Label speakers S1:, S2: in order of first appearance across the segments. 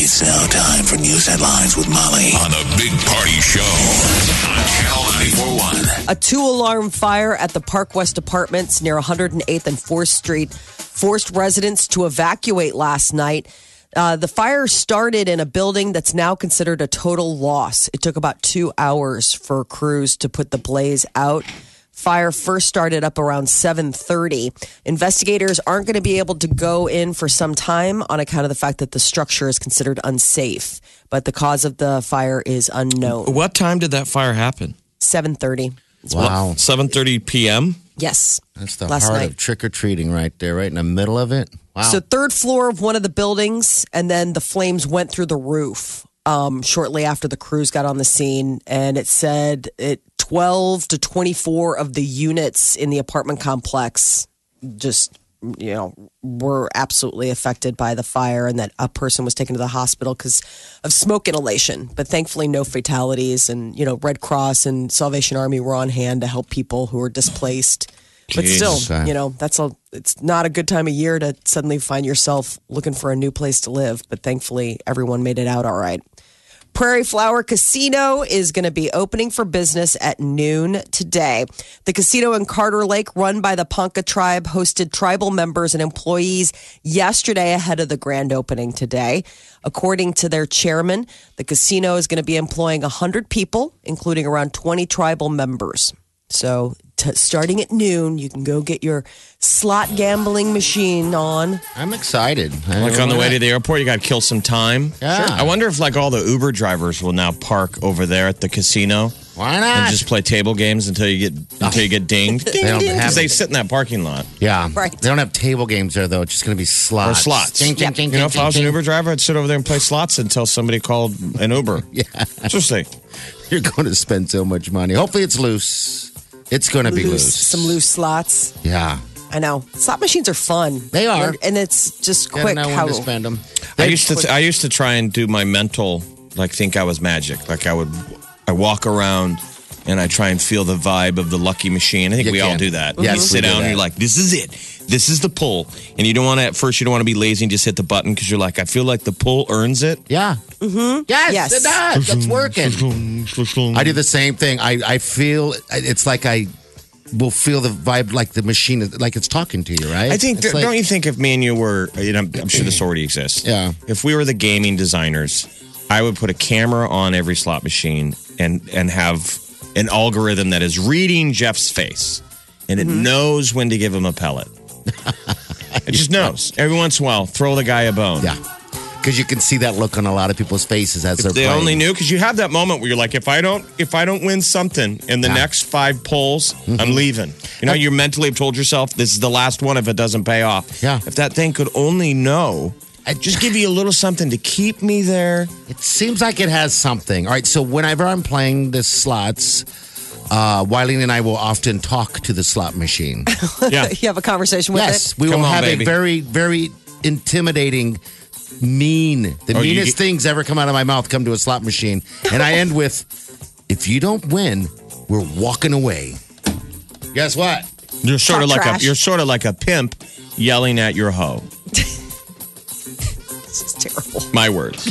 S1: It's now time for news headlines with Molly on a big party show on Channel 941.
S2: A two alarm fire at the Park West Apartments near 108th and 4th Street forced residents to evacuate last night. Uh, the fire started in a building that's now considered a total loss. It took about two hours for crews to put the blaze out. Fire first started up around 7:30. Investigators aren't going to be able to go in for some time on account of the fact that the structure is considered unsafe, but the cause of the fire is
S3: Oh.
S2: unknown.
S4: What time did that fire happen?
S2: 7:30.
S3: Wow.
S4: Seven thirty p.m.
S2: Yes.
S3: That's the
S2: Last
S3: heart
S2: night.
S3: of trick or treating right there, right in the middle of it. Wow.
S2: So third floor of one of the buildings, and then the flames went through the roof. Um, shortly after the crews got on the scene, and it said it 12 to 24 of the units in the apartment complex just you know were absolutely affected by the fire, and that a person was taken to the hospital because of smoke inhalation. But thankfully, no fatalities, and you know Red Cross and Salvation Army were on hand to help people who were displaced. But still,
S3: Jeez.
S2: you know, that's a it's not a good time of year to suddenly find yourself looking for a new place to live, but thankfully everyone made it out all right. Prairie Flower Casino is going to be opening for business at noon today. The casino in Carter Lake, run by the Ponca tribe, hosted tribal members and employees yesterday ahead of the grand opening today. According to their chairman, the casino is going to be employing 100 people, including around 20 tribal members. So, t- starting at noon, you can go get your slot gambling machine on.
S3: I'm excited.
S4: Like on the way to the airport, you got to kill some time.
S3: Yeah.
S4: I wonder if like all the Uber drivers will now park over there at the casino
S3: Why
S4: and
S3: not?
S4: just play table games until you get until
S3: Ah.
S4: you get dinged.
S3: they don't have
S4: Because they sit in that parking lot.
S3: yeah.
S2: Right.
S3: They don't have table games there though. Ah, It's just going to be slots.
S4: slots.
S3: Ding, ding, ding,
S4: You know, if
S3: ding,
S4: I was an
S3: ding,
S4: Uber driver, I'd sit over there and play slots until somebody called an Uber. yeah. Interesting.
S3: ding. You're going to spend so much money. Hopefully, it's loose. It's going to be loose.
S2: Some loose slots.
S3: Yeah.
S2: I know. Slot machines are fun.
S3: They are.
S2: And it's just
S3: Gotta
S2: quick
S3: know
S2: how
S3: when to spend them.
S4: I used to I used to try and do my mental like think I was magic. Like I would I walk around and I try and feel the vibe of the lucky machine. I think
S3: You
S4: we all
S3: can.
S4: do that.
S3: Yes,
S4: you
S3: we
S4: sit
S3: do
S4: down and
S3: that.
S4: you're like, this is it. This is the pull. And you don't want to at first you don't want to be lazy and just hit the button because you're like, I feel like the pull earns it.
S3: Yeah. Mm-hmm. Yes,
S2: Yes.
S3: it does. It's working. I do the same thing. I, I feel it's like I will feel the vibe like the machine, is- like it's talking to you, right?
S4: I think,
S3: It's like-
S4: don't you think if me and you were, uh, you know, I'm sure this already exists.
S3: Yeah.
S4: If we were the gaming designers, I would put a camera on every slot machine and and have an algorithm that is reading Jeff's face, and it
S3: Mm-hmm.
S4: knows when to give him a pellet. it just knows. Every once in a while, throw the guy a bone.
S3: Yeah. Because you can see that look on a lot of people's faces as they're
S4: They
S3: playing.
S4: only knew because you have that moment where you're like, if I don't, if I don't win something in the
S3: Yeah. Mm-hmm.
S4: next five polls, I'm leaving. You know, you mentally have told yourself this is the last one if it doesn't pay off.
S3: Yeah.
S4: If that thing could only know,
S3: I-
S4: just give you a little something to keep me there.
S3: It seems like it has something. All right, so whenever I'm playing the slots, uh, Wileen and I will often talk to the slot machine.
S4: Yeah.
S2: You have a conversation with
S3: yes,
S2: it.
S3: we will
S4: Come on,
S3: have
S4: baby.
S3: a very, very intimidating, mean, the
S4: Oh, you
S3: meanest
S4: get-
S3: things ever come out of my mouth come to a slot machine. And I end with, if you don't win, we're walking away. Guess what?
S4: You're sort of
S2: Talk
S4: like
S2: trash.
S4: a you're sort of like a pimp yelling at your hoe.
S2: This is terrible.
S4: My words.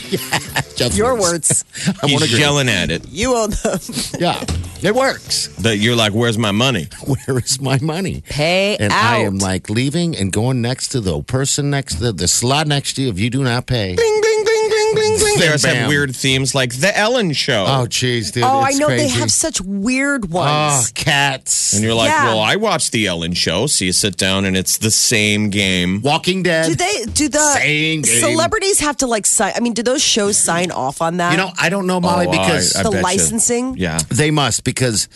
S3: Just
S2: Your words.
S3: I won't
S4: He's
S3: agree.
S4: yelling at it.
S2: You own them.
S3: Yeah, it works.
S4: But you're like, where's my money?
S3: Where is my money?
S2: Pay
S3: and
S2: out.
S3: I am like leaving and going next to the person next to the slot next to you. If you do not pay,
S4: Bling bling bling bling bling bling. They
S3: Then
S4: always have
S3: bam.
S4: weird themes like the Ellen show.
S3: oh jeez, dude,
S2: oh, I
S3: it's
S2: know
S3: crazy.
S2: they have such weird
S3: oh
S2: ones.
S3: cats
S4: And you're like,
S2: Yeah.
S4: well, I watched the Ellen show. So you sit down and it's the same game.
S3: Walking
S2: do
S3: Dead.
S2: they do the
S3: Ah. Same game.
S2: celebrities have to like sign I mean, do those shows sign off on that?
S3: you know, I don't know Molly
S4: Oh,
S3: because
S4: I
S2: the
S4: bet you.
S2: licensing?
S4: Yeah.
S3: they must because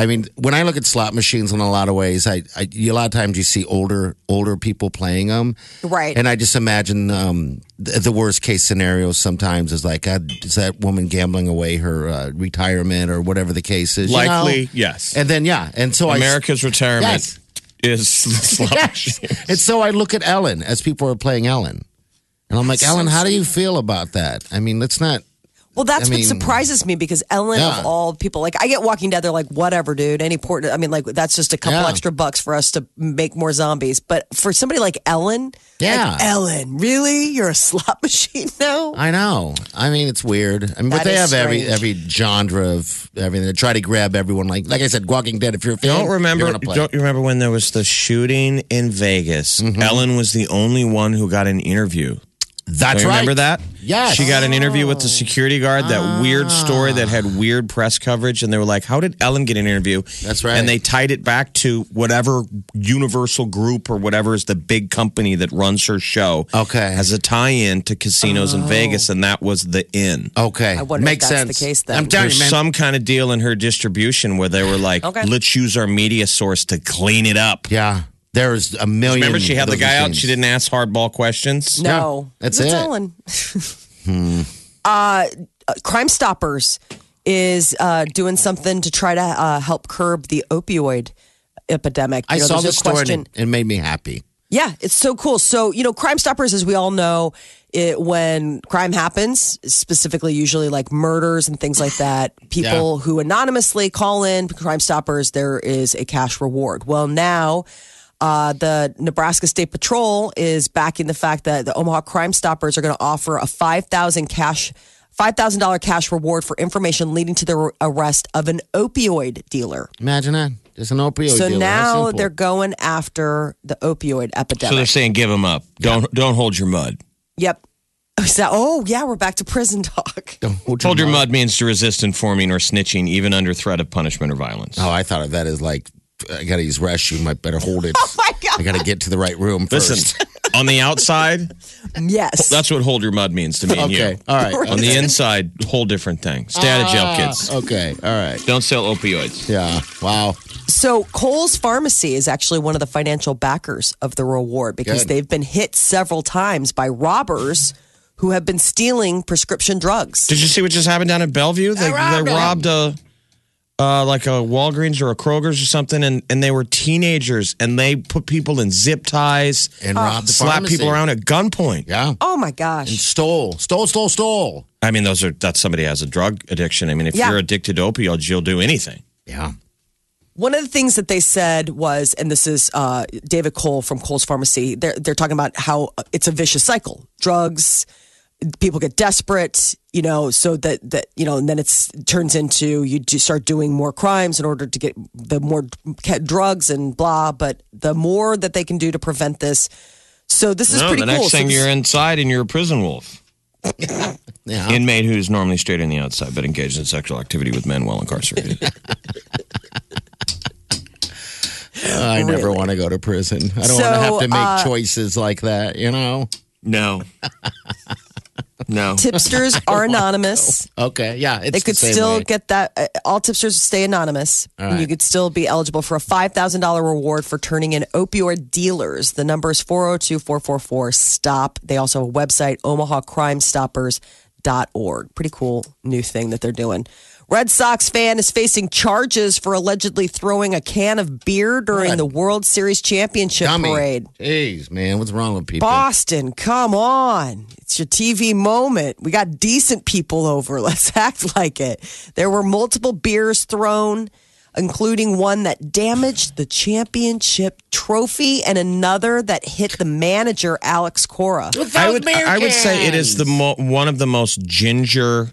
S3: I mean, when I look at slot machines in a lot of ways, I, I a lot of times you see older older people playing them,
S2: Right.
S3: And I just imagine um, the, the worst case scenarios sometimes is like, God, is that woman gambling away her uh, retirement or whatever the case is? you
S4: Likely,
S3: know?
S4: yes.
S3: And then, yeah. And
S4: Oh,
S3: so
S4: America's retirement
S3: Yes.
S4: is slot
S3: Yes.
S4: machine.
S3: I. And so I look at Ellen as people are playing Ellen. And I'm like, Ellen, how do you feel about that? I mean, let's not.
S2: Well, that's
S3: I
S2: what
S3: mean-
S2: surprises me because Ellen
S3: Yeah.
S2: of all people, like I get Walking Dead, they're like, whatever, dude. Any port, I mean, like that's just a couple
S3: Yeah.
S2: extra bucks for us to make more zombies. But for somebody like Ellen,
S3: Yeah.
S2: like, Ellen, really? You're a slot machine now?
S3: I know. I mean, it's weird. I mean,
S2: That
S3: but they have
S2: is
S3: every
S2: strange.
S3: every genre of everything. They try to grab everyone. Like like I said, Walking Dead. If you're a fan,
S4: Don't remember?
S3: You're gonna play.
S4: Don't you remember when there was the shooting in Vegas? Ellen was the only one who got an interview.
S3: That's
S4: Don't you
S3: right.
S4: remember that?
S3: Yes.
S4: She got an interview with the security guard. That weird story that had weird press coverage, and they were like, "How did Ellen get an interview?"
S3: That's right.
S4: And they tied it back to whatever Universal Group or whatever is the big company that runs her show.
S3: Okay.
S4: as a tie-in to casinos in Vegas, and that was the in.
S3: Okay,
S2: I wonder if
S3: makes
S2: that's the
S3: sense.
S2: case then.
S3: I'm telling
S4: There's
S3: you, man.
S4: some kind of deal in her distribution where they were like,
S2: Okay.
S4: "Let's use our media source to clean it up."
S3: yeah, there's a million.
S4: Remember, she had
S3: of
S4: the
S3: those
S4: guy out.
S3: machines.
S4: She didn't ask hardball questions.
S2: No,
S3: Yeah, that's
S2: That's
S3: it. Hmm.
S2: Ellen. uh, Crime Stoppers is uh, doing something to try to uh, help curb the opioid epidemic.
S3: I
S2: You know,
S3: saw
S2: there's no
S3: this story.
S2: question-
S3: And it made me happy.
S2: Yeah, it's so cool. So, you know, Crime Stoppers, as we all know, it, when crime happens, specifically usually like murders and things like that, people who anonymously call in Crime Stoppers, there is a cash reward. Well, now uh, the Nebraska State Patrol is backing the fact that the Omaha Crime Stoppers are going to offer a 5000 cash $5,000 cash reward for information leading to the arrest of an opioid dealer.
S3: Imagine that. It's an opioid.
S2: So
S3: Oh, dealer. How
S2: now
S3: simple.
S2: they're going after the opioid epidemic.
S4: So they're saying, "Give him up. Don't don't hold your mud."
S2: Yep. Is that- oh, yeah, we're back to prison talk.
S3: Hold
S4: Hold your mud means to resist informing or snitching, even under threat of punishment or violence.
S3: Oh, I thought of that as like I gotta use restroom. I better hold it. Oh
S2: my God.
S3: I gotta get to the right room first.
S4: Listen, on the outside,
S2: Yes.
S4: that's what hold your mud means to me and
S3: Okay.
S4: you.
S3: All right.
S4: On the inside, whole different thing. Stay out of jail, kids.
S3: Okay. All right.
S4: Don't sell opioids.
S3: Yeah. Wow.
S2: so Cole's Pharmacy is actually one of the financial backers of the reward because
S3: Good.
S2: they've been hit several times by robbers who have been stealing prescription drugs.
S4: Did you see what just happened down in Bellevue? They, they robbed, a. Uh, like a Walgreens or a Kroger's or something, and, and they were teenagers, and they put people in zip ties
S3: And robbed the
S4: slap
S3: pharmacy.
S4: people around at gunpoint.
S3: Yeah.
S2: Oh my gosh.
S3: Stole. Stole. Stole. Stole.
S4: I mean, those are that's somebody has a drug addiction. I mean, if
S2: Yeah.
S4: you're addicted to opioids, you'll do anything.
S3: Yeah.
S2: One of the things that they said was, and this is uh, David Cole from Cole's Pharmacy, they're, they're talking about how uh, it's a vicious cycle. Drugs, people get desperate, you know, so that that you know, and then it's turns into you do start doing more crimes in order to get the more ca- drugs and blah. But the more that they can do to prevent this, so this is
S4: no,
S2: pretty
S4: the next
S2: cool. So
S4: thing
S2: this-
S4: you're inside and you're a prison wolf.
S3: Yeah.
S4: Inmate who's normally straight on the outside but engaged in sexual activity with men while incarcerated.
S3: I never want to go to prison. I don't want to have
S2: So, uh,
S3: to make choices like that. You know.
S4: no. No.
S2: tipsters are anonymous.
S3: Okay. Yeah. It's
S2: They could
S3: the same
S2: still
S3: way.
S2: get that. Uh, all tipsters stay anonymous. And you could still be eligible for a $5,000 reward for turning in opioid dealers. The number is 402 444 STOP. They also have a website, omahacrimestoppers.org. Pretty cool new thing that they're doing. Red Sox fan is facing charges for allegedly throwing a can of beer during the World Series Championship
S3: Dummy.
S2: parade.
S3: Jeez, man, what's wrong with people?
S2: Boston, come on. It's your TV moment. We got decent people over. Let's act like it. There were multiple beers thrown, including one that damaged the championship trophy and another that hit the manager, Alex Cora.
S4: I would I would say it is the mo- one of the most ginger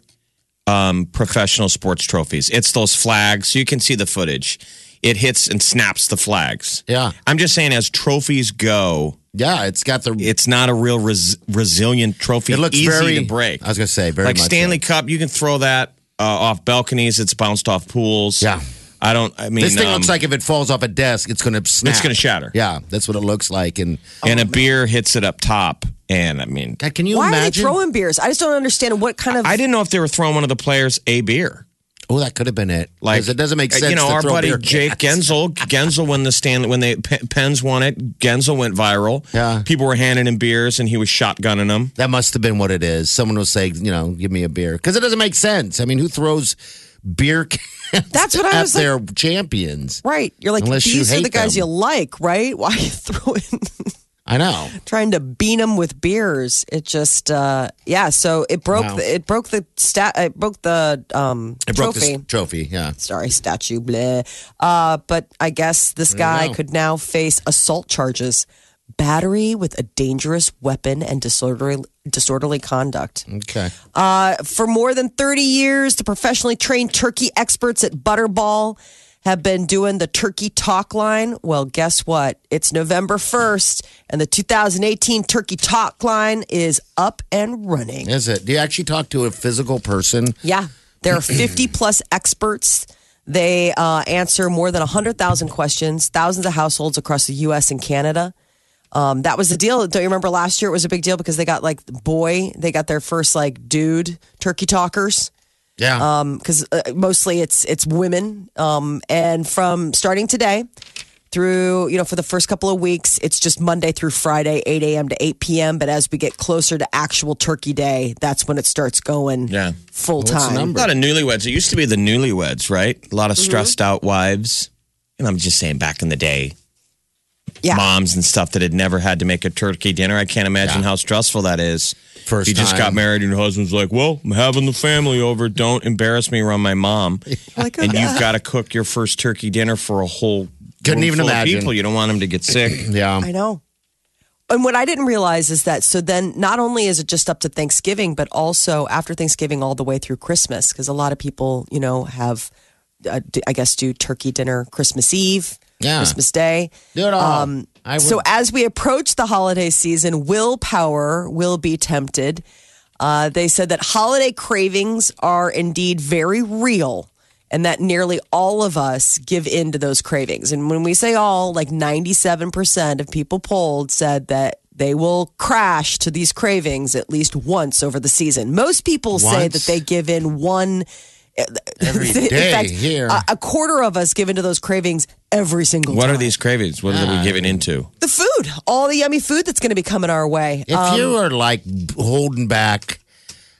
S4: um, professional sports trophies. It's those flags. You can see the footage. It hits and snaps the flags.
S3: Yeah.
S4: I'm just saying, as trophies go,
S3: Yeah, it's got the.
S4: it's not a real res- resilient trophy.
S3: it looks
S4: easy
S3: very.
S4: to break.
S3: I was gonna say very
S4: like
S3: much
S4: Stanley Cup, you can throw that uh, off balconies. It's bounced off pools.
S3: Yeah.
S4: I don't. I mean,
S3: so. This thing
S4: um,
S3: looks like if it falls off a desk, it's gonna snap.
S4: It's gonna shatter.
S3: Yeah, that's what it looks like. And
S4: and a beer hits it up top, and I mean,
S3: God, can you
S2: Why are they
S3: imagine?
S2: throwing beers? I just don't understand what kind of.
S4: I didn't know if they were throwing one of the players a beer.
S3: Oh, that could have been it.
S4: Like uh,
S3: 'Cause it doesn't make sense.
S4: You know,
S3: to
S4: our
S3: throw
S4: buddy
S3: beer
S4: Jake
S3: cans.
S4: Genzel, Genzel when the stand when they P- Pens won it, Genzel went viral.
S3: Yeah.
S4: people were handing him beers, and he was shotgunning them.
S3: That must have been what it is. Someone was saying, you know, give me a beer because it doesn't make sense. I mean, who throws beer cans
S2: That's what I
S3: at
S2: was like-
S3: their champions?
S2: Right. You're like,
S3: Unless you
S2: these are
S3: hate
S2: the guys you
S3: them.
S2: like, right? Why are you throwing,
S3: I know.
S2: trying to bean them with beers? It just, uh, yeah. So it broke,
S3: Wow.
S2: the, it broke the stat, it broke the um,
S3: It broke
S2: trophy.
S3: this trophy. Yeah.
S2: Sorry, statue, bleh. Uh, but I guess this guy
S3: know.
S2: could now face assault charges, battery with a dangerous weapon, and disorderly, disorderly conduct.
S3: Okay.
S2: Uh, for more than 30 years, the professionally trained turkey experts at Butterball have been doing the turkey talk line. Well, guess what? It's November 1st, and the 2018 turkey talk line is up and running.
S3: Is it? Do you actually talk to a physical person?
S2: Yeah. There are 50 plus experts. They uh, answer more than 100,000 questions, thousands of households across the US and Canada. Um, that was the deal. Don't you remember last year? It was a big deal because they got like boy, they got their first like dude turkey talkers
S3: Yeah.
S2: because uh, mostly it's it's women. Um, and from starting today through you know for the first couple of weeks, it's just Monday through Friday, 8 a.m. to 8 p.m. But as we get closer to actual Turkey Day, that's when it starts going
S4: Yeah.
S2: full
S3: the
S2: time.
S3: number?
S4: A lot of newlyweds. It used to be the newlyweds, right? A lot of stressed out wives. And I'm just saying, back in the day,
S2: Yeah.
S4: moms and stuff that had never had to make a turkey dinner. I can't imagine how stressful that is.
S3: First
S4: you just got
S3: time.
S4: married, and your husband's like, "Well, I'm having the family over. Don't embarrass me around my mom."
S2: Like,
S4: and
S2: okay.
S4: you've got to cook your first turkey dinner for a whole
S3: Couldn't
S4: room
S3: even
S4: full of
S3: imagine.
S4: people. You don't want them to get sick.
S3: yeah.
S2: I know. And what I didn't realize is that so then not only is it just up to Thanksgiving, but also after Thanksgiving all the way through Christmas, because a lot of people, you know, have, uh, d- I guess, do turkey dinner Christmas Eve,
S3: Yeah.
S2: Christmas Day.
S3: Do it all. I would-
S2: um, so as we approach the holiday season, willpower will be tempted. Uh, they said that holiday cravings are indeed very real and that nearly all of us give in to those cravings. And when we say all, like 97% of people polled said that they will crash to these cravings at least once over the season. Most people say
S3: Once?
S2: that they give in one.
S3: Every
S2: in
S3: day
S2: fact,
S3: here.
S2: A, a quarter of us give into those cravings every single
S4: What
S2: time.
S4: are these cravings? What are we giving into?
S2: The food, all the yummy food that's going to be coming our way.
S3: If
S2: Um,
S3: you are like holding back,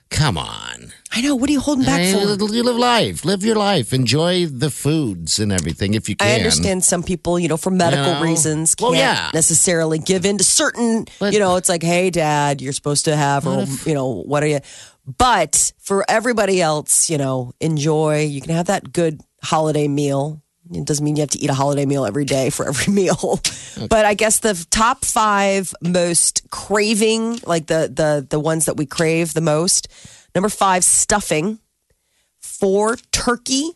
S3: come on.
S2: I know. What are you holding back
S3: Hey,
S2: for?
S3: you live life. Live your life. Enjoy the foods and everything if you can.
S2: I understand some people, you know, for medical
S3: know?
S2: reasons, can't
S3: Well, yeah.
S2: necessarily give in to certain.
S3: But-
S2: you know, it's like, hey, dad, you're supposed to have, or you know, what are you? But for everybody else, you know, enjoy. You can have that good holiday meal. It doesn't mean you have to eat a holiday meal every day for every meal.
S3: Mm.
S2: But I guess the top five most craving, like the the the ones that we crave the most. Number five, stuffing. four turkey,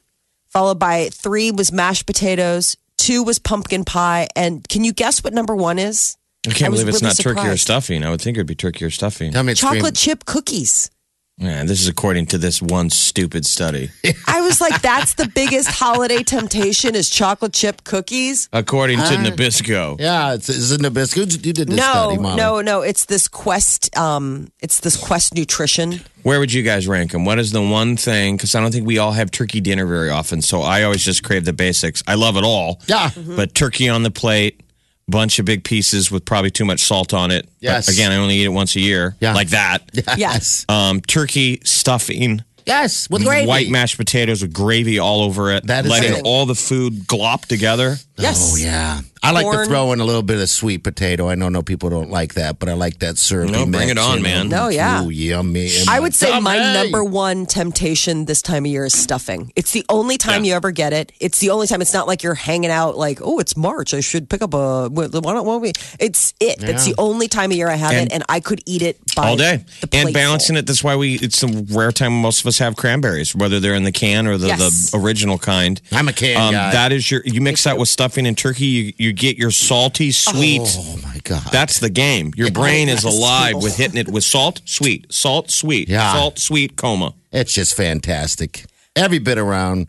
S2: followed by three was mashed potatoes, two was pumpkin pie, and can you guess what number one is?
S4: I can't
S2: I was
S4: believe it's
S2: really
S4: not turkey or
S2: surprised.
S4: stuffing. I would think it'd be turkey or stuffing.
S3: Tell me it's
S2: Chocolate
S3: cream-
S2: chip cookies.
S4: Yeah, this is according to this one stupid study.
S2: I was like, that's the biggest holiday temptation is chocolate chip cookies.
S4: According to
S3: Uh.
S4: Nabisco.
S3: Yeah, it's, isn't a biscuit. You did this
S2: No,
S3: study, Molly.
S2: no, no. It's this quest. Um, it's this quest nutrition.
S4: Where would you guys rank them? What is the one thing? Because I don't think we all have turkey dinner very often. So I always just crave the basics. I love it all. Mm-hmm.
S3: Yeah.
S4: But turkey on the plate, bunch of big pieces with probably too much salt on it. But
S3: Yes.
S4: again, I only eat it once a year.
S3: Yeah.
S4: Like that.
S2: Yes.
S4: Um, turkey stuffing,
S3: Yes. With gravy.
S4: white mashed potatoes with gravy all over it.
S3: That is
S4: letting
S3: it.
S4: all the food glop together.
S2: Yes.
S3: Oh yeah, I like to
S2: Corn.
S3: throw in a little bit of sweet potato. I know no people don't like that, but I like that syrup.
S4: No, bring it on, man.
S2: No, yeah.
S3: Ooh, yummy.
S2: I would say my
S3: Yummy.
S2: number one temptation this time of year is stuffing. It's the only time you ever get it. It's the only time. It's not like you're hanging out like, oh, it's March. I should pick up a. Why don't, why don't we? It's it. It's the only time of year I have
S4: And-
S2: it, and I could eat it by
S4: all day
S2: the
S4: and
S2: plateful.
S4: balancing it that's why we it's the rare time most of us have cranberries whether they're in the can or the,
S2: Yes.
S4: the original kind Um,
S3: I'm a can guy.
S4: that is your you mix that with stuffing and turkey you, you get your salty sweet
S3: Oh my god.
S4: that's the game your brain is
S3: that's
S4: alive
S3: cool.
S4: with hitting it with salt sweet salt sweet
S3: Yeah.
S4: salt sweet coma
S3: It's just fantastic. Every bit around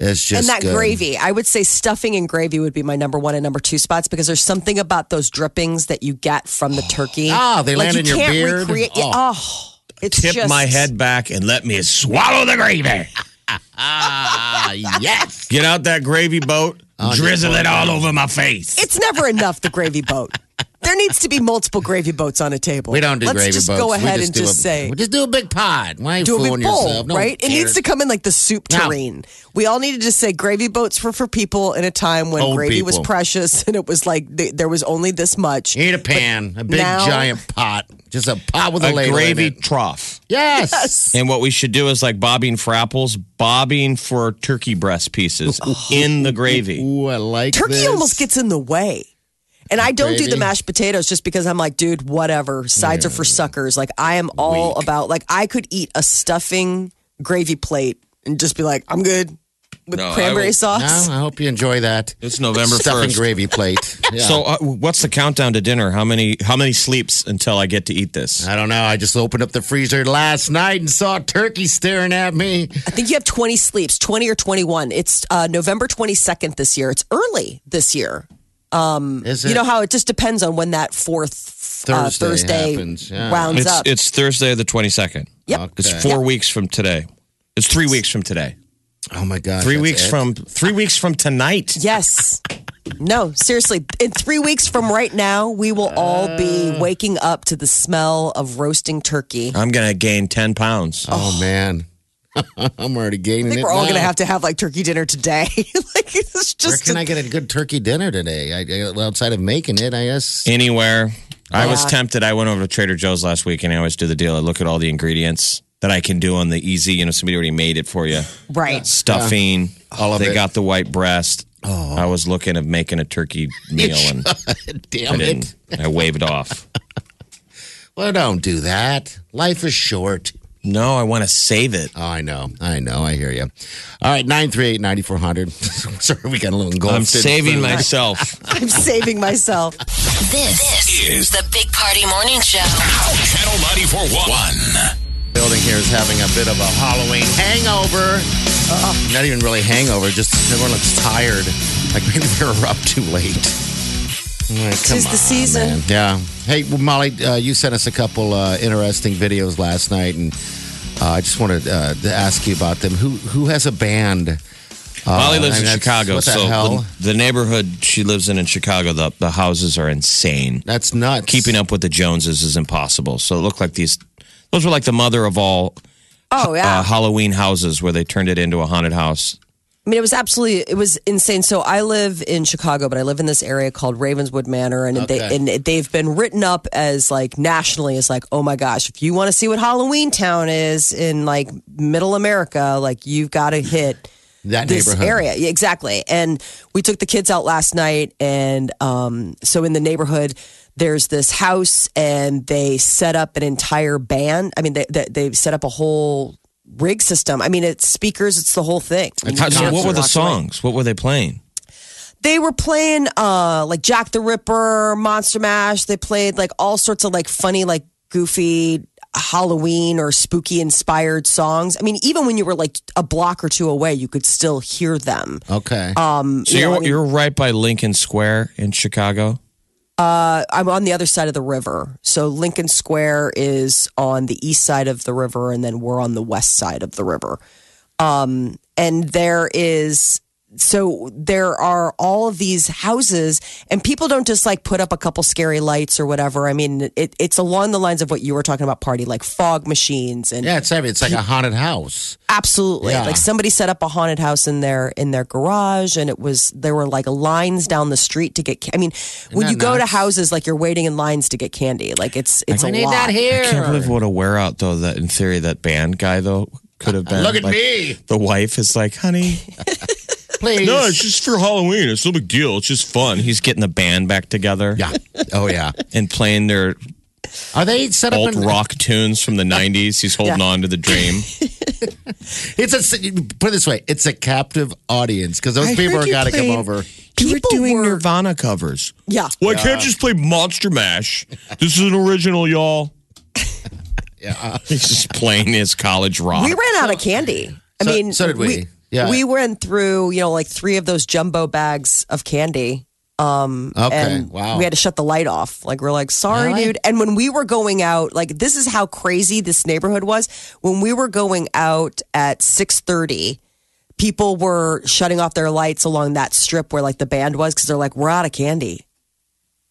S3: is
S2: And
S3: just
S2: that
S3: good.
S2: gravy, I would say stuffing and gravy would be my number one and number two spots because there's something about those drippings that you get from the turkey.
S3: Ah, they
S2: like
S3: land in
S2: you
S3: your
S2: can't
S3: beard.
S2: Recreate, yeah, oh. it's
S4: tip
S2: just,
S4: my head back and let me swallow the gravy
S3: yes.
S4: Get out that gravy boat,
S3: Oh,
S4: drizzle
S3: yeah.
S4: it all over my face.
S2: It's never enough, the gravy boat. There needs to be multiple gravy boats on a table.
S3: We don't do
S2: Let's
S3: gravy
S2: just
S3: boats.
S2: go ahead
S3: we
S2: and
S3: do
S2: just
S3: a,
S2: say.
S3: we just do a big pod. Why you
S2: Do a
S3: fooling
S2: big bowl,
S3: yourself? No one
S2: right? It needs
S3: cares.
S2: to come in like the soup
S3: No.
S2: tureen. We all need to just say gravy boats were for people in a time when
S3: Old
S2: gravy was
S3: people.
S2: precious and it was like th- there was only this much.
S3: You need a pan, a big
S2: now-
S3: giant pot, just a pot with a,
S4: a
S3: ladle in
S4: gravy
S3: it.
S4: trough.
S3: Yes.
S4: And what we should do is like bobbing for apples, bobbing for turkey breast pieces
S3: Oh.
S4: in the gravy.
S3: Ooh, I like
S2: Turkey
S3: this.
S2: almost gets in the way. And I don't do the
S3: Gravy.
S2: mashed potatoes just because I'm like, dude, whatever. Sides are for suckers. Like, I am all about, like, I could eat a stuffing gravy plate and just be like, I'm good with
S4: No, I
S2: cranberry
S4: will-
S3: No,
S2: sauce.
S3: I hope you enjoy that.
S4: It's November
S3: Stuffing
S4: first.
S3: gravy plate. Yeah.
S4: So uh, what's the countdown to dinner? How many how many sleeps until I get to eat this?
S3: I don't know. I just opened up the freezer last night and saw a turkey staring at me.
S2: I think you have 20 sleeps, 20 or 21. It's uh, November 22nd this year. It's early this year.
S3: Is
S2: You
S3: it?
S2: know how it just depends on when that fourth Thursday, uh,
S3: Thursday
S2: Thursday
S3: happens, yeah.
S2: rounds
S4: It's
S2: up.
S4: it's Thursday the twenty second.
S2: yep.
S4: It's
S3: Okay.
S4: four weeks from today. It's three weeks from today.
S3: oh my god!
S4: Three
S3: that's
S4: weeks
S3: it?
S4: from three weeks from tonight.
S2: Yes. No, seriously. In three weeks from right now, we will all
S3: Uh.
S2: be waking up to the smell of roasting turkey.
S4: I'm gonna gain ten pounds.
S3: Oh man, I'm already gaining.
S2: I think
S3: it
S2: we're all
S3: now.
S2: going to have to have like turkey dinner today. like it's
S3: Where
S2: just
S3: can I get a good turkey dinner today? I, I, outside of making it, I guess.
S4: Anywhere. I was
S2: Yeah.
S4: tempted. I went over to Trader Joe's last week and I always do the deal. I look at all the ingredients that I can do on the easy, you know, somebody already made it for you.
S2: right.
S4: Stuffing.
S3: All of
S4: they
S3: it.
S4: got the white breast. Oh. I was looking at making a turkey meal and I
S3: Damn it!
S4: didn't. I waved off.
S3: Well, don't do that. Life is short.
S4: No, I want to save it.
S3: Oh, I know. I know. I hear you. All right, 938 9400. Sorry, we got a little engulfed.
S4: I'm
S3: in
S4: saving
S3: food.
S4: myself.
S2: I'm saving myself.
S5: This, is the Big Party Morning Show.
S1: Channel 941.
S3: building here is having a bit of a Halloween hangover. Not even really hangover, just everyone looks tired. Like maybe they were up too late. Like, come
S2: Tis the
S3: on,
S2: season.
S3: man. Yeah. Hey, well, Molly, uh, you sent us a couple uh, interesting videos last night, and uh, I just wanted uh, to ask you about them. Who who has a band? Uh,
S4: Molly lives
S3: I mean,
S4: in
S3: that's-
S4: Chicago,
S3: What the
S4: so
S3: hell?
S4: the, the neighborhood she lives in in Chicago, the, the houses are insane.
S3: That's nuts.
S4: Keeping up with the Joneses is impossible. So it looked like these, those were like the mother of all
S2: Oh yeah.
S4: uh, Halloween houses where they turned it into a haunted house.
S2: I mean, it was absolutely it was insane. So I live in Chicago, but I live in this area called Ravenswood Manor, and they
S3: Okay.
S2: and they've been written up as like nationally as like, oh my gosh, if you want to see what Halloween Town is in like Middle America, like you've got to hit
S3: that
S2: this
S3: neighborhood.
S2: area Yeah, exactly and we took the kids out last night and um, so in the neighborhood there's this house and they set up an entire band i mean they, they, they set up a whole rig system i mean it's speakers it's the whole thing I mean,
S4: How-
S2: you
S4: so
S2: can't
S4: what were the
S2: walk away.
S4: songs? What were they playing?
S2: they were playing uh, like jack the ripper monster mash they played like all sorts of like funny like goofy halloween or spooky inspired songs i mean even when you were like a block or two away you could still hear them Um,
S3: Okay.
S4: So you're, you're right by Lincoln Square in Chicago.
S2: I'm on the other side of the river. So Lincoln Square is on the east side of the river, and then we're on the west side of the river. Um, and there is so there are all of these houses, and people don't just like put up a couple scary lights or whatever. I mean, it, it's along the lines of what you were talking about, party like fog machines and
S3: yeah, it's heavy. It's like a haunted house.
S2: Absolutely.
S3: Yeah.
S2: Like somebody set up a haunted house in their in their garage and it was there were like lines down the street to get ca- I mean, when
S3: that
S2: you go to
S3: nuts?
S2: houses like you're waiting in lines to get candy. Like it's it's a
S3: I need
S2: lot.
S3: that here.
S4: I can't believe what a wear out though. That in theory, that band guy though could have been.
S3: Look at
S4: Like,
S3: me.
S4: The wife is like, honey,
S3: Please.
S4: no, it's just for Halloween. It's no big deal. It's just fun. He's getting the band back together
S3: yeah. Oh, yeah.
S4: and playing their
S3: Are they set up
S4: alt
S3: in
S4: rock tunes from the 90s. He's holding on to the dream.
S3: It's a put it this way. It's a captive audience because those people are got to come over.
S4: You were
S2: People
S4: doing
S2: were-
S4: Nirvana covers.
S2: Yeah.
S4: Well, I can't just play Monster Mash. This is an original, y'all. yeah. He's just playing his college rock.
S2: We ran out of candy. I
S3: So-
S2: mean,
S3: so did we. Yeah.
S2: We ran through, you know, like 3 of those jumbo bags of candy. um,
S3: Okay.
S2: and
S3: wow.
S2: we had to shut the light off. Like we're like, sorry,
S3: Really?
S2: dude. And when we were going out, like this is how crazy this neighborhood was. When we were going out at six thirty, people were shutting off their lights along that strip where like the band was because they're like, we're out of candy.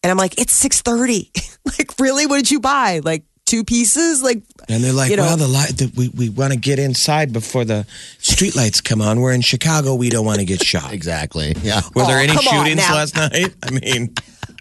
S2: And I'm like, it's six thirty. like, really? What did you buy? Like two pieces? Like,
S4: And they're like,
S2: You know-
S4: well, the light, the, we, we want to get inside before the streetlights come on. We're in Chicago. We don't want to get shot.
S3: exactly. Yeah.
S4: Were there
S2: Aw,
S4: any
S2: Oh, come on
S4: shootings
S2: now.
S4: last night? I mean,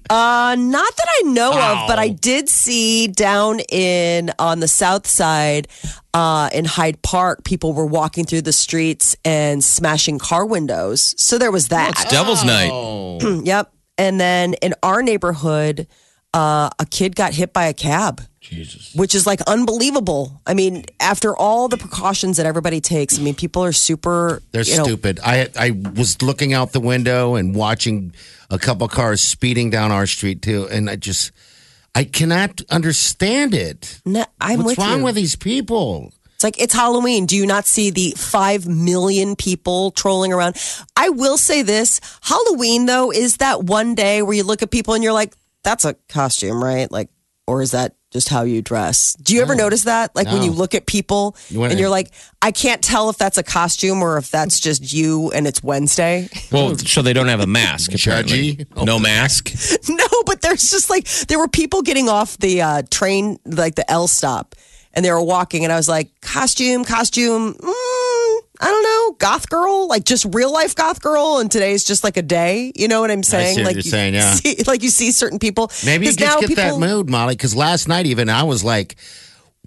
S2: Uh, not that I know
S4: Wow.
S2: of, but I did see down in on the south side uh, in Hyde Park, people were walking through the streets and smashing car windows. So there was that.
S4: it's Devil's Night.
S2: yep. And then in our neighborhood, uh, a kid got hit by a cab. Jesus. Which is like unbelievable. I mean, after all the precautions that everybody takes, I mean, people are super.
S3: They're
S2: you know,
S3: stupid. I I was looking out the window and watching a couple cars speeding down our street too, and I just I cannot understand it.
S2: No, I'm with
S3: What's wrong
S2: you.
S3: with these people?
S2: It's like it's Halloween. Do you not see the five million people trolling around? I will say this: Halloween though is that one day where you look at people and you're like, "That's a costume, right?" Like, or is that just how you dress? Do you ever notice that? Like when
S3: No.
S2: you look at people
S3: wouldn't-
S2: and you're like, "I can't tell if that's a costume or if that's just you and it's Wednesday."
S4: Well, so they don't have a mask. Apparently.
S3: Judgy.
S4: No mask.
S2: no, but there's just like there were people getting off the uh, train, like the L stop, and they were walking, and I was like, costume, costume. Mm, I don't know, goth girl, like just real life goth girl, and today's just like a day. You know what I'm saying?
S3: see what
S2: like
S3: you're saying, yeah.
S2: see, like you see certain people.
S3: Maybe you
S2: 'Cause
S3: just
S2: now
S3: get that
S2: people-
S3: mood, Molly. Because last night even I was like,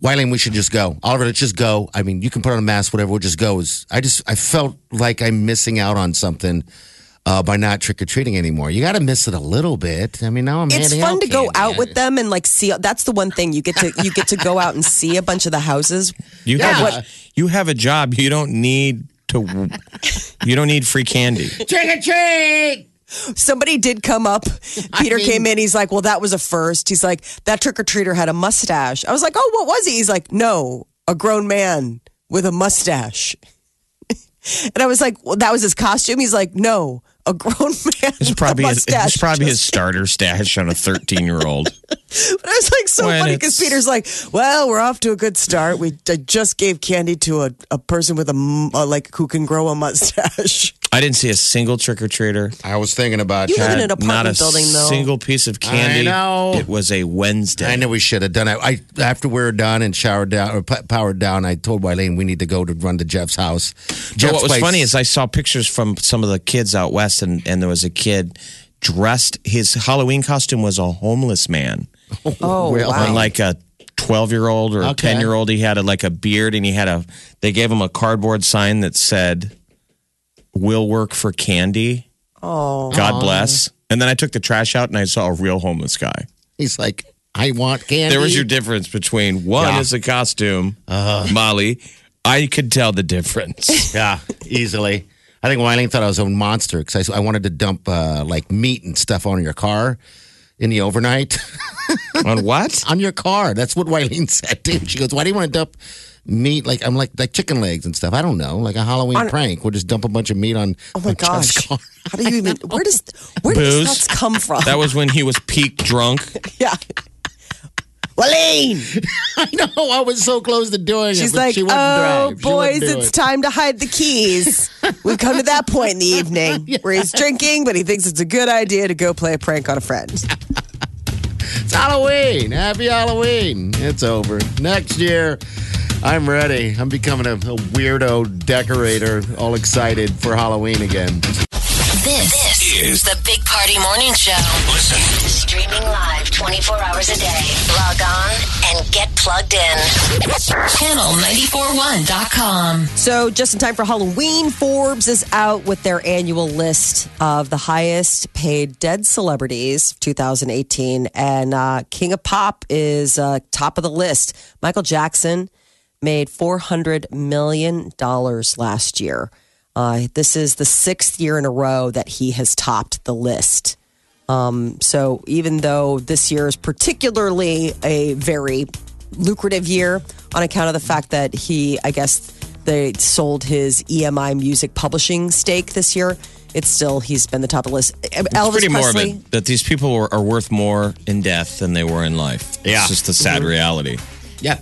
S3: Wyland, we should just go. Oliver, let's just go. I mean, you can put on a mask, whatever. We'll just go. It was- I just I felt like I'm missing out on something. Uh, by not trick or treating anymore, you got to miss it a little bit. I mean, now I'm.
S2: It's
S3: handing
S2: fun
S3: out
S2: to go
S3: candy.
S2: out with them and like see. That's the one thing you get to you get to go out and see a bunch of the houses.
S4: You, have
S3: Yeah.
S4: a, you have a job. You don't need to, you don't need free candy.
S3: Trick or treat.
S2: Somebody did come up. Peter
S3: mean-
S2: came in. He's like, "Well, that was a first. He's like, "That trick or treater had a mustache." I was like, "Oh, what was he?" He's like, "No, a grown man with a mustache." and I was like, "Well, that was his costume." He's like, "No, a grown man."
S4: It's
S2: with
S4: probably,
S2: a
S4: his,
S2: mustache.
S4: it's probably his starter stash on a 13 year old.
S2: But I was like, so
S4: When
S2: funny because
S4: it's-
S2: Peter's like, "Well, we're off to a good start. We I just gave candy to a, a person with a, m- a like who can grow a mustache."
S4: I didn't see a single trick or treater.
S3: I was thinking about
S2: You
S3: that.
S2: live in an
S4: Not a
S2: apartment building, though.
S4: single piece of candy.
S3: know.
S4: It was a Wednesday.
S3: I know we should have done it. I after we were done and showered down or p- powered down, I told Wylene we need to go to run to Jeff's house.
S4: So
S3: Jeff's
S4: what was
S3: place-
S4: funny is I saw pictures from some of the kids out west, and, and there was a kid dressed. His Halloween costume was a homeless man,
S2: Oh,
S4: on like a twelve year old or a
S3: Okay.
S4: ten year old. He had a, like a beard, and he had a. They gave him a cardboard sign that said, "Will work for candy." Oh, God bless. And then I took the trash out, and I saw a real homeless guy.
S3: he's like, I want candy.
S4: There was your difference between one
S3: Yeah.
S4: is a costume, Molly. I could tell the difference.
S3: yeah, easily. I think Wylene thought I was a monster because I, I wanted to dump uh, like meat and stuff on your car in the overnight
S4: on what?
S3: on your car. That's what Wylene said. Dude. She goes, "Why do you want to dump meat? Like I'm like like chicken legs and stuff. I don't know, like a Halloween prank. We'll just dump a bunch of meat on
S2: Oh my
S3: on
S2: gosh!
S3: Jeff's car."
S2: How do you even? Where does where
S4: Booze.
S2: does that come from?
S4: That was when he was peak drunk.
S2: yeah. Wallane.
S3: I know. I was so close to doing it.
S2: She's
S3: but
S2: like,
S3: she wouldn't
S2: oh,
S3: drive. She wouldn't
S2: boys,
S3: do
S2: it's
S3: it."
S2: time to hide the keys. We've come to that point in the evening where he's drinking, but he thinks it's a good idea to go play a prank on a friend.
S3: It's Halloween. Happy Halloween. It's over. Next year, I'm ready. I'm becoming a, a weirdo decorator, all excited for Halloween again.
S5: This, is the Big Party Morning Show.
S1: Listen.
S5: Streaming live 24 hours a day. Log on and get plugged in. Channel941.com.
S2: So, just in time for Halloween, Forbes is out with their annual list of the highest paid dead celebrities of 2018. And uh, King of Pop is uh, top of the list. Michael Jackson made $400 million last year. Uh, this is the sixth year in a row that he has topped the list. Um, so even though this year is particularly a very lucrative year on account of the fact that E he, I guess, they sold his EMI music publishing stake this year, it's still he's been the top of the list. Elvis
S4: it's pretty
S2: Presley.
S4: morbid that these people are, are worth more in death than they were in life.
S3: Yeah.
S4: It's just the sad reality.
S3: Yeah.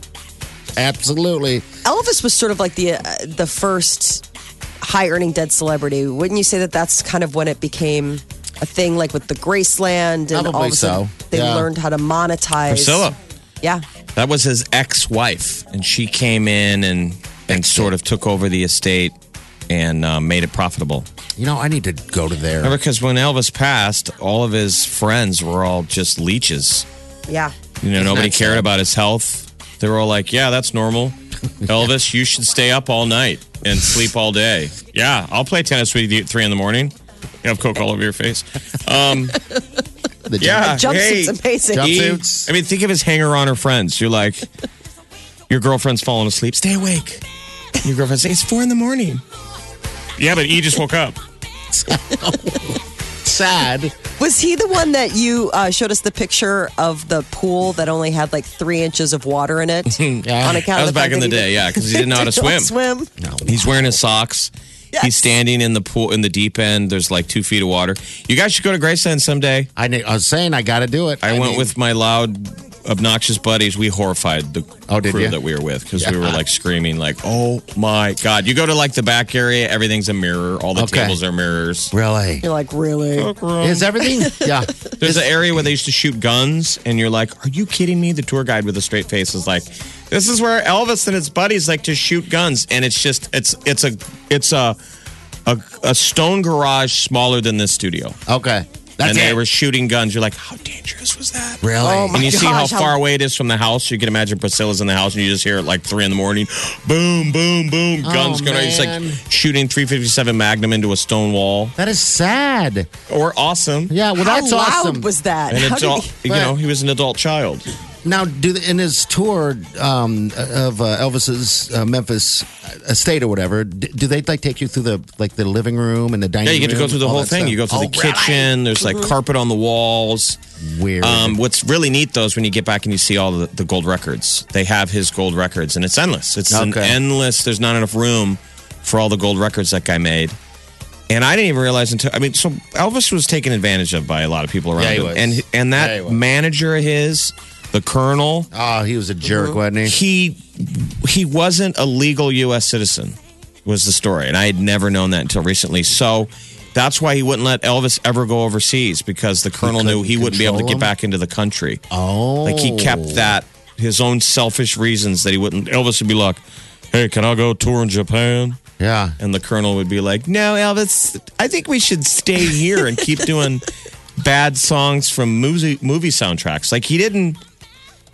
S3: Absolutely.
S2: Elvis was sort of like the uh, the first high earning dead celebrity. Wouldn't you say that that's kind of when it became a thing, like with the Graceland and all
S3: Probably
S2: of a sudden
S3: so,
S2: they
S3: yeah.
S2: learned how to monetize.
S4: Priscilla,
S2: yeah,
S4: that was his ex wife, and she came in and, and sort of took over the estate and uh, made it profitable.
S3: You know, I need to go to there.
S4: Remember, because when Elvis passed, all of his friends were all just leeches.
S2: yeah.
S4: You know, nobody
S3: that
S4: cared
S3: sad?
S4: about his health. They were all like, yeah, that's normal. Elvis, you should stay up all night and sleep all day. Yeah, I'll play tennis with you at three in the morning. You have Coke all over your face.
S3: The
S4: Yeah.
S2: Jumpsuit's
S4: hey,
S2: amazing.
S3: jump-
S4: He-
S3: Jumpsuits.
S4: I mean, think of his hanger on her friends. You're like, your girlfriend's falling asleep. Stay awake. And your girlfriend's like, it's four in the morning. Yeah, but E just woke up.
S3: Sad.
S2: Was he the one that you uh, showed us the picture of the pool that only had like three inches of water in it? On account
S4: That was
S2: of the fact
S4: back in the
S2: that
S4: day,
S2: he
S4: yeah, because he didn't know how to
S2: don't
S4: swim.
S2: swim.
S4: He's wearing his socks. He's standing in the pool in the deep end. There's like two feet of water. You guys should go to Graceland someday.
S3: I, need, I was saying I got to do it.
S4: I, went
S3: need-
S4: with my loud, obnoxious buddies. We horrified the
S3: Oh, did
S4: crew
S3: you?
S4: that we were with because we were like screaming, like, "Oh my god!" You go to like the back area. Everything's a mirror. All the
S3: Okay.
S4: tables are mirrors.
S3: Really?
S2: You're like,
S3: Oh,
S2: really?
S3: Is everything? Yeah.
S4: There's an area where they used to shoot guns, and you're like, "Are you kidding me?" The tour guide with a straight face is like, "This is where Elvis and his buddies like to shoot guns," and it's just it's it's a it's a a, a stone garage smaller than this studio,
S3: Okay. That's
S4: and
S3: it.
S4: they were shooting guns. You're like, "How dangerous was that?"
S3: really?
S2: Oh, my
S4: and you see how
S2: gosh, how-
S4: far away it is from the house. You can imagine Priscilla's in the house, and you just hear it like three in the morning, boom, boom, boom,
S2: Oh,
S4: guns going. It's like
S3: man.
S4: shooting 357 Magnum into a stone wall,
S3: that is sad.
S4: or awesome.
S3: Yeah. Well,
S2: How
S3: that's
S2: loud
S3: awesome.
S2: was that?
S4: An
S2: How did
S4: adult,
S2: he-
S4: you know, he was an adult child.
S3: Now, do the, in his tour um, of uh, Elvis's uh, Memphis estate or whatever, d- do they like take you through the like the living room and the dining?
S4: Yeah, you get to go
S3: room,
S4: through the
S3: all
S4: whole
S3: that
S4: thing.
S3: stuff?
S4: You go through
S3: Oh,
S4: the kitchen. There's
S2: Mm-hmm.
S4: like carpet on the walls.
S3: really? Weird.
S4: Um, what's really neat though is when you get back and you see all the, the gold records. They have his gold records, and it's endless. It's an
S3: Okay.
S4: endless. There's not enough room for all the gold records that guy made. And I didn't even realize until I mean, so Elvis was taken advantage of by a lot of people around
S3: Yeah, he
S4: him,
S3: was.
S4: and and
S3: Yeah, he
S4: that
S3: was.
S4: manager of his, the colonel,
S3: oh, he was a jerk, wasn't he?
S4: Mm-hmm. he he wasn't a legal U.S. citizen, was the story, and I had never known that until recently. So that's why he wouldn't let Elvis ever go overseas because the colonel knew he wouldn't be able to get
S3: control him?
S4: back into the country.
S3: Oh,
S4: Like he kept that his own selfish reasons that he wouldn't. Elvis would be like, "Hey, can I go tour in Japan?"
S3: Yeah.
S4: And the colonel would be like, "No, Elvis, I think we should stay here and keep doing bad songs from movie movie soundtracks." Like he didn't,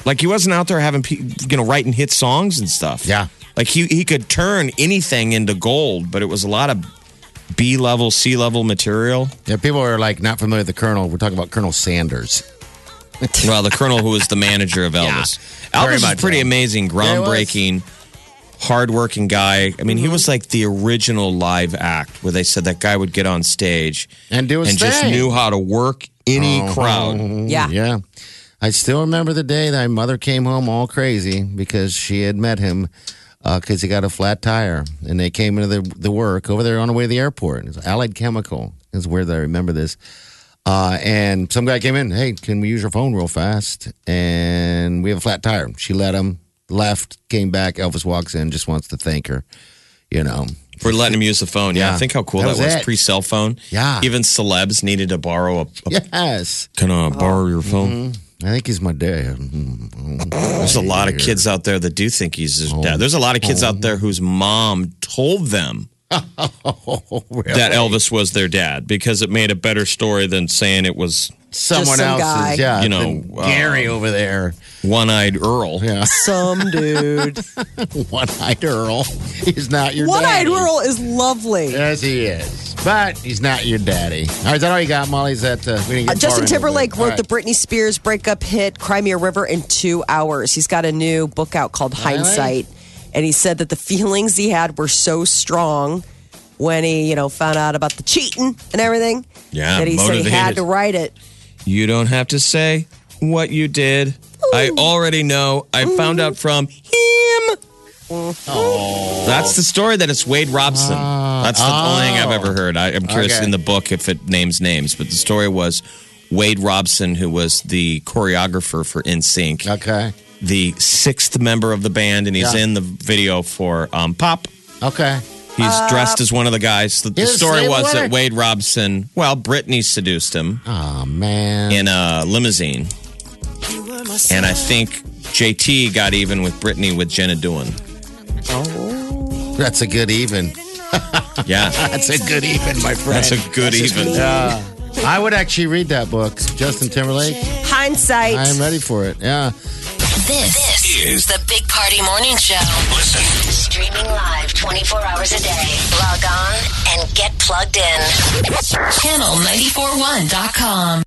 S4: like he wasn't out there having pe- you know writing hit songs and stuff.
S3: Yeah.
S4: like he he could turn anything into gold, but it was a lot of B level, C level material.
S3: Yeah, people are like not familiar with the Colonel. We're talking about Colonel Sanders.
S4: Well, the colonel who was the manager of Elvis.
S3: very
S4: Elvis was
S3: much
S4: pretty
S3: so.
S4: amazing,
S3: he was.
S4: groundbreaking, hardworking guy. I
S3: Mm-hmm.
S4: mean, he was like the original live act where they said that guy would get on stage
S3: And do his
S4: and just
S3: thing.
S4: knew how to work any
S3: Oh.
S4: crowd.
S2: Yeah.
S3: Mm, Yeah. I still remember the day that my mother came home all crazy because she had met him because he got a flat tire. And they came into the, the work over there on the way to the airport. It was Allied Chemical is where I remember this. Uh, and some guy came in, hey, can we use your phone real fast? And we have a flat tire. She let him, left, came back. Elvis walks in, just wants to thank her, you know.
S4: For letting him use the phone. Yeah, I
S3: Yeah.
S4: think how cool that,
S3: That was
S4: was.
S3: it.
S4: Pre cell phone.
S3: Yeah.
S4: Even celebs needed to borrow a.
S2: Oh.
S4: a
S3: Yes.
S4: Can I borrow your phone?
S3: I think he's my dad. Mm-hmm.
S4: There's a lot of kids out there that do think he's his
S3: Oh.
S4: dad. There's a lot of kids out there whose mom told them that Elvis was their dad because it made a better story than saying it was
S3: Someone
S2: some
S3: else's,
S2: guy.
S3: yeah.
S4: You know, um,
S3: than Gary over there.
S4: One Eyed Earl.
S3: Yeah.
S2: Some dude.
S3: One eyed Earl. He's not your
S2: One eyed
S3: daddy.
S2: Earl is lovely.
S3: Yes, he is. But he's not your daddy. All right, is that all you got, Molly? Is that uh, we didn't
S2: Uh,
S3: get far
S2: Justin
S3: into
S2: Timberlake
S3: it.
S2: wrote
S3: All
S2: the
S3: right.
S2: Britney Spears breakup hit Cry Me a River in two hours. He's got a new book out called Hindsight. And he said that the feelings he had were so strong when he, you know, found out about the cheating and everything.
S4: Yeah,
S2: That he said he had
S4: motivated.
S2: to write it.
S4: You don't have to say what you did. I already know. I found out from him.
S3: Oh,
S4: That's the story that it's Wade Robson. That's the only thing I've ever heard. I, I'm curious
S3: Ah. Oh. Okay.
S4: in the book if it names names, but the story was Wade Robson, who was the choreographer for NSYNC,
S3: Okay.
S4: the sixth member of the band, and he's
S3: Yeah.
S4: in the video for um, Pop.
S3: Okay.
S4: He's
S3: Uh,
S4: dressed as one of the guys. The, the
S3: Yes,
S4: story
S3: they
S4: was
S3: were.
S4: that Wade Robson, well, Britney seduced him
S3: Oh man.
S4: in a limousine. And I think JT got even with Britney with Jenna Dewan.
S3: That's a good even.
S4: Yeah,
S3: That's a good even, my friend.
S4: that's a good even.
S3: I would actually read that book, Justin Timberlake.
S2: Hindsight.
S3: I am ready for it. Yeah.
S5: This, is the Big Party Morning Show.
S1: Listen.
S5: Streaming live 24 hours a day. Log on and get plugged in. Channel941.com.